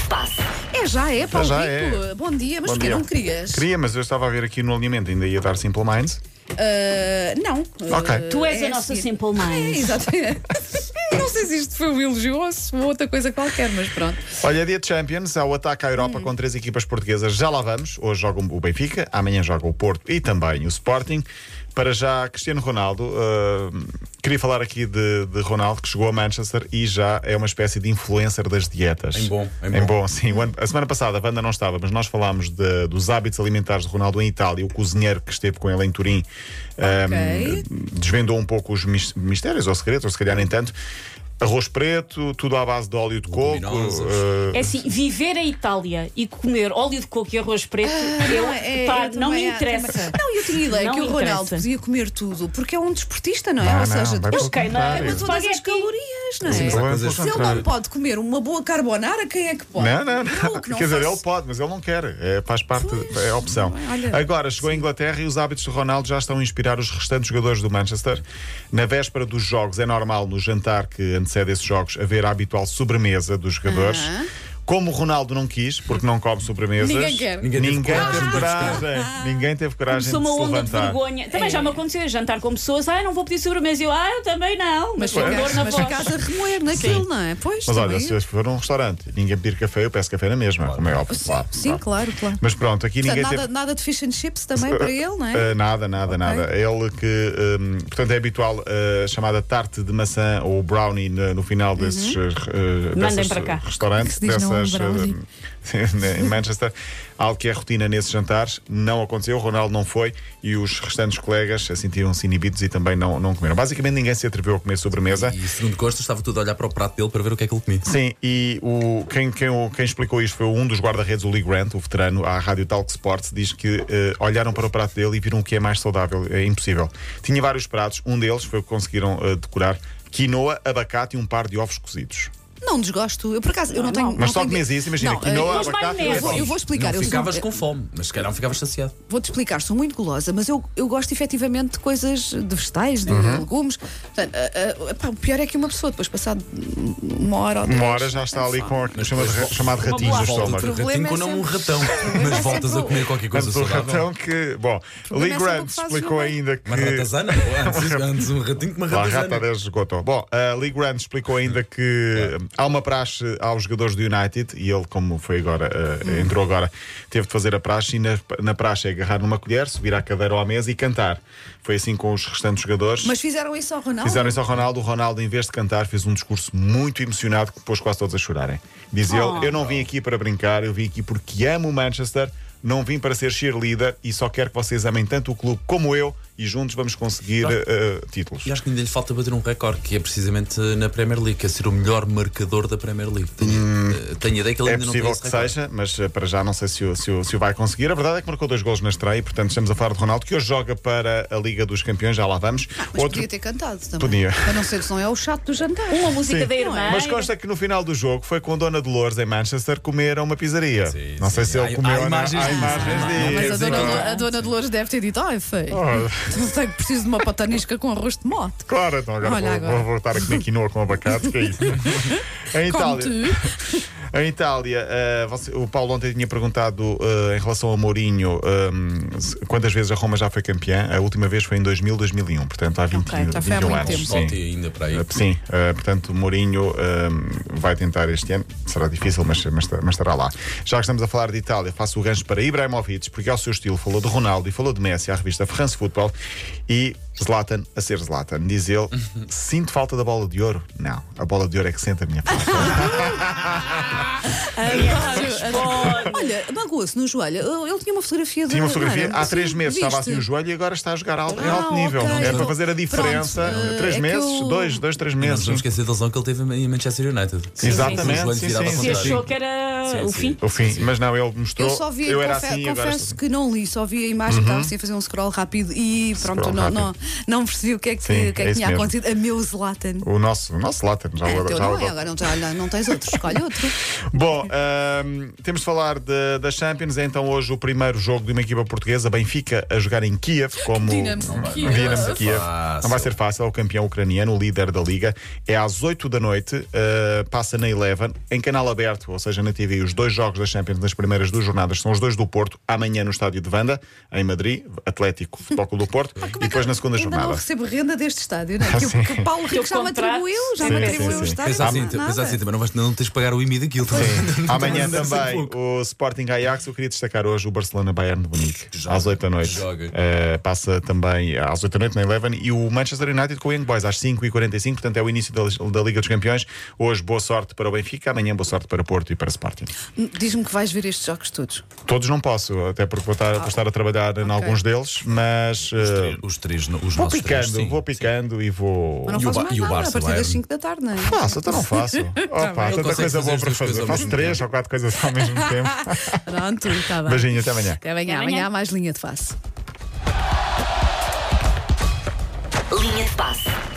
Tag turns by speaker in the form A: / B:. A: se passa.
B: É já, é, Paulo
C: já
B: Rico.
C: é.
B: Bom dia, mas
C: Bom
B: porquê
C: dia.
B: não querias?
C: Queria, mas eu estava a ver aqui no alinhamento, ainda ia dar Simple Minds.
B: Ah, não.
C: Ok.
B: Ah,
A: Tu és
B: é
A: a nossa
B: seguir.
A: Simple
B: É,
A: Minds.
B: exatamente. não sei se isto foi um elogio ou se foi outra coisa qualquer, mas pronto.
C: Olha, é dia de Champions, há o ataque à Europa com três equipas portuguesas. Já lá vamos. Hoje jogam o Benfica, amanhã joga o Porto e também o Sporting. Para já, Cristiano Ronaldo. ah, queria falar aqui de, de Ronaldo, que chegou a Manchester e já é uma espécie de influencer das dietas.
D: Em bom, em
C: Em
D: bom.
C: bom, sim. O ano- a semana passada a banda não estava, mas nós falámos de- dos hábitos alimentares de Ronaldo em Itália. O cozinheiro que esteve com ele em Turim ah,
B: Ok.
C: desvendou um pouco os mis- mistérios ou segredos, ou se calhar nem tanto. Arroz preto, tudo à base de óleo de coco.
D: Leguminosas.
C: ah,
A: É assim, viver a Itália e comer óleo de coco e arroz preto, eu,
B: Não, é-
A: pá,
B: eu
A: não me
B: também-
A: interessa.
B: Não, eu tinha ideia
A: Não
B: que o
A: me
B: Ronaldo
A: interessa.
B: podia comer tudo, porque é um desportista, não é?
C: Não,
B: Ou
C: Ah, não,
B: seja,
C: vai
B: ele
C: pelo contrário.
B: queima todas as
A: Espaguete.
B: calorias, não é?
D: mas há coisas
C: Se
B: Se ele não
D: contrário.
B: pode comer uma boa carbonara, quem é que pode?
C: Não, não,
B: Eu
C: não.
B: que não
C: Quer dizer,
B: faço-
C: ele pode, mas ele não quer. É, faz parte,
B: Pois,
C: é a opção.
B: olha,
C: Agora, chegou à Inglaterra e os hábitos de Ronaldo já estão a inspirar os restantes jogadores do Manchester. Na véspera dos jogos, é normal no jantar que antecede esses jogos haver a habitual sobremesa dos jogadores.
B: Aham.
C: Como o Ronaldo não quis, porque não come sobremesas,
B: Ah. Ninguém quer. Ah.
D: Ninguém teve
C: ninguém
D: coragem
C: teve
D: de buscar.
C: coragem. Ninguém teve coragem
A: Sou uma
C: de se
A: onda de
C: levantar.
A: vergonha.
B: É.
A: Também já me aconteceu jantar com pessoas, ah, eu não vou pedir sobremesa. E Eu, ah, eu também não.
B: Mas
A: Mas com dor
B: ficas
A: na
B: mas
A: voz.
B: ficas a remoer naquilo, não é? Pois.
C: Mas olha,
B: também.
C: se eu for a um restaurante e ninguém pedir café, eu peço café na mesma, como é óbvio.
B: Sim,
C: claro.
B: sim, claro, claro.
C: Mas pronto, aqui
B: Portanto,
C: ninguém
B: nada,
C: teve.
B: nada de fish and chips também para ele, não é?
C: Uh, nada, nada, nada. Ele que, um, portanto, é habitual uh, a chamada tarte de maçã ou brownie no, no final
B: Uhum.
C: desses, uh, uh,
A: Mandem
C: desses
A: para cá.
C: restaurantes,
B: Que se diz não é um
C: dessas, eh, né,
B: brownie.
C: em Manchester. Algo que é rotina nesses jantares, não aconteceu. O Ronaldo não foi e os restantes colegas sentiram-se inibidos e também não, não comeram. Basicamente, ninguém se atreveu a comer sobremesa.
D: E segundo Costa, estava tudo a olhar para o prato dele para ver o que é que ele comia.
C: Sim, e o, quem, quem, o- quem explicou isto foi um dos guarda-redes, o Lee Grant, o veterano, à rádio Talk Sports, diz que eh, olharam para o prato dele e viram o que é mais saudável. É impossível. Tinha vários pratos, um deles foi o que conseguiram eh, decorar: quinoa, abacate e um par de ovos cozidos.
B: Não desgosto. Eu, por acaso, eu não tenho.
C: Mas
B: não
C: só
B: tenho-
C: comias isso, imagina,
B: Não, eh,
C: quinoa,
B: eu-
A: Mas
C: abacate e
A: maionese.
B: Eu vou, eu vou explicar.
D: Não
B: eu sou- um
D: ficavas com fome, mas se calhar não ficavas saciado.
B: Vou-te explicar, sou muito gulosa, mas eu, eu gosto efetivamente de coisas de vegetais, de
C: Uhum.
B: legumes. Portanto, a- a- pá, o pior é que uma pessoa, depois passado uma hora ou duas.
C: Uma hora já está ali com o chamado, ra- chamado
A: Uma
C: ratinho no
A: boa
C: estômago.
D: Volta de
B: problema
D: ratinho
B: é
D: com não um
B: sempre-
D: ratão.
B: é
D: Mas voltas
B: sempre
D: a
B: o-
D: comer qualquer coisa
C: Mas o
D: saudável.
C: ratão que. Bom,
B: é
C: Lee
B: sempre o
C: Grant
B: que fazes
C: explicou
B: no meio.
C: ainda que.
D: Uma ratazana? pô, Antes, antes um ratinho que uma
C: Lá já está
D: ratazana.
C: 10 esgotou. Bom, a Lee Grant explicou ainda que hum, há uma praxe aos jogadores do United e ele, como foi agora, uh, entrou agora, teve de fazer a praxe e na, na praxe é agarrar numa colher, subir à cadeira ou à mesa e cantar. Foi assim com os restantes jogadores.
B: Mas fizeram isso ao Ronaldo?
C: Fizeram isso ao Ronaldo. O Ronaldo, em vez de cantar, fez um discurso muito emocionado que pôs quase todos a chorarem. Diz
A: Oh.
C: ele: Eu não vim aqui para brincar, eu vim aqui porque amo o Manchester, não vim para ser cheerleader e só quero que vocês amem tanto o clube como eu e juntos vamos conseguir
D: Claro.
C: eh, eh, títulos.
D: E acho que ainda lhe falta bater um recorde, que é precisamente na Premier League, que é ser o melhor marcador da Premier League. Tenho, eh, tenho a ideia que ele
C: É
D: ainda não tem
C: possível
D: esse
C: que
D: recorde.
C: seja, mas eh, para já não sei se o, se o- se o vai conseguir. A verdade é que marcou dois gols na estreia, e, portanto estamos a falar de Ronaldo, que hoje joga para a Liga dos Campeões, já lá vamos.
B: Mas Ah, podia ter cantado também.
C: Podia.
B: A não ser que não é o chato do jantar. é?
A: Uma música
C: Sim.
A: da irmã.
C: Mas consta que no final do jogo foi com Dona Dolores em Manchester comer a uma pizzaria.
D: Sim,
C: não sei
D: sim.
C: se ele
D: Há-
C: comeu
D: há
C: ou não.
D: imagens
C: Há
D: disso.
C: imagens
D: Não, é? não
B: Ah,
C: disso.
B: Mas a
D: Quer dizer,
B: dona,
D: não.
B: a dona Dolores deve ter dito: ai, feio.
C: Oh.
B: Não sei que preciso de uma patanisca com arroz de moto.
C: Claro, então agora,
B: Olha
C: vou,
B: agora.
C: vou voltar a comer quinoa com abacate, que é isso. em
B: Como
C: Itália, em Itália eh, você- o Paulo ontem tinha perguntado eh, em relação ao Mourinho eh, se- quantas vezes a Roma já foi campeã. A última vez foi em 2000, 2001, portanto há 20,
B: Ok, já foi há
C: 21
B: muito
C: anos.
B: tempo.
C: Sim.
D: Volta ainda para aí.
C: Eh, Sim, eh, portanto, o Mourinho eh, vai tentar este ano. Será difícil, mas, mas, mas estará lá. Já que estamos a falar de Itália, faço o gancho para Ibrahimovic, porque ao seu estilo falou de Ronaldo e falou de Messi à revista France Football e Zlatan a ser Zlatan. Diz ele: sinto falta da bola de ouro? Não, a bola de ouro é que sente a minha falta.
B: Olha, magoou-se no joelho. Eu- Ele tinha uma fotografia de.
C: Tinha uma fotografia
B: não era?
C: há três
B: Sim,
C: meses, estava assim
B: viste?
C: o joelho e agora está a jogar alto, em
B: Ah,
C: alto nível.
B: ok.
C: Era para fazer a diferença.
B: Pronto, eh,
C: três
B: é que
C: meses,
B: eu-
C: dois, dois, três
D: Não nos
C: meses.
D: vamos esquecer da lesão que ele teve em Manchester United. Com o
C: Exatamente,
D: joelho
C: sim,
D: virado ao
C: sim,
A: Se
C: sim.
D: contrário.
A: achou que era
D: Sim,
A: o
D: sim.
A: fim.
C: O fim, mas não, ele mostrou.
B: Eu só vi,
C: eu era
B: confe-
C: assim e agora. Uhum.
B: confesso que não li, só vi a imagem, estava assim a fazer um scroll rápido e pronto,
C: Scroll
B: não, não- não percebi o que é que,
C: Sim,
B: o que, é
C: é
B: que
C: isso
B: tinha
C: mesmo.
B: acontecido. A meu Zlatan.
C: O nosso, o nosso Latin, já tá
B: É,
C: o
B: teu
C: já o
B: não é,
C: adoro.
B: agora não, já, olha, não tens outro, escolhe outro.
C: Bom, ahm, temos de falar de- da Champions. É então hoje o primeiro jogo de uma equipa portuguesa, Benfica, a jogar em Kiev, como
B: Dinamo de
C: Não,
B: Kiev.
C: Dinamo de Kiev.
D: Fácil.
C: Não vai ser fácil, é o campeão ucraniano, o líder da liga. É às 8 da noite, ah, passa na Eleven, em canal aberto, ou seja, na TV. Os dois jogos da Champions nas primeiras duas jornadas são os dois do Porto, amanhã no estádio de Vanda, em Madrid, Atlético, Futebol Clube do Porto, e depois na segunda
B: é ainda não
C: jornada. Ah,
B: recebo renda deste estádio, não é? Que o- que o Paulo Rico já me
A: contrato.
B: atribuiu, já
C: Sim,
B: me
C: sim,
B: atribuiu
C: sim.
B: o estádio.
D: Pensa assim,
B: não é
D: pensa
B: nada.
D: assim também, não, vais, não tens de pagar o IMI daquilo. é
C: Amanhã
D: Não, não, não,
C: também
D: não,
C: o Sporting Ajax. Eu queria destacar hoje o Barcelona Bayern de Munique
D: Joga,
C: às 8 da noite.
D: joga.
C: Eh, passa também às 8 da noite na Eleven e o Manchester United com o Young Boys às 5h45. Portanto, é o início da, da Liga dos Campeões. Hoje, boa sorte para o Benfica. Amanhã, boa sorte para Porto e para Sporting.
B: Diz-me que vais ver estes jogos todos.
C: Todos não posso, até porque vou estar, vou estar a trabalhar em alguns deles, mas. eh,
D: Os três, os nossos
C: Vou
D: três,
C: picando,
D: sim.
C: vou picando e vou.
B: Mas não fazes mais
D: E o Ba- e o
B: nada
D: Barça,
B: a partir
D: Bayern?
B: das 5 da tarde, não é?
C: Faço, então não faço. Opa,
B: bem.
C: tanta
D: Ele
C: coisa
D: consegue
C: boa
D: fazer
C: para
D: as duas
C: fazer.
D: coisas ao
C: Faço
D: mesmo
C: três ou quatro coisas ao mesmo tempo.
B: Pronto, está bem.
C: Beijinho, até amanhã.
B: Até amanhã,
A: Até
B: amanhã
A: amanhã.
B: há mais linha de face.
E: Linha de passe.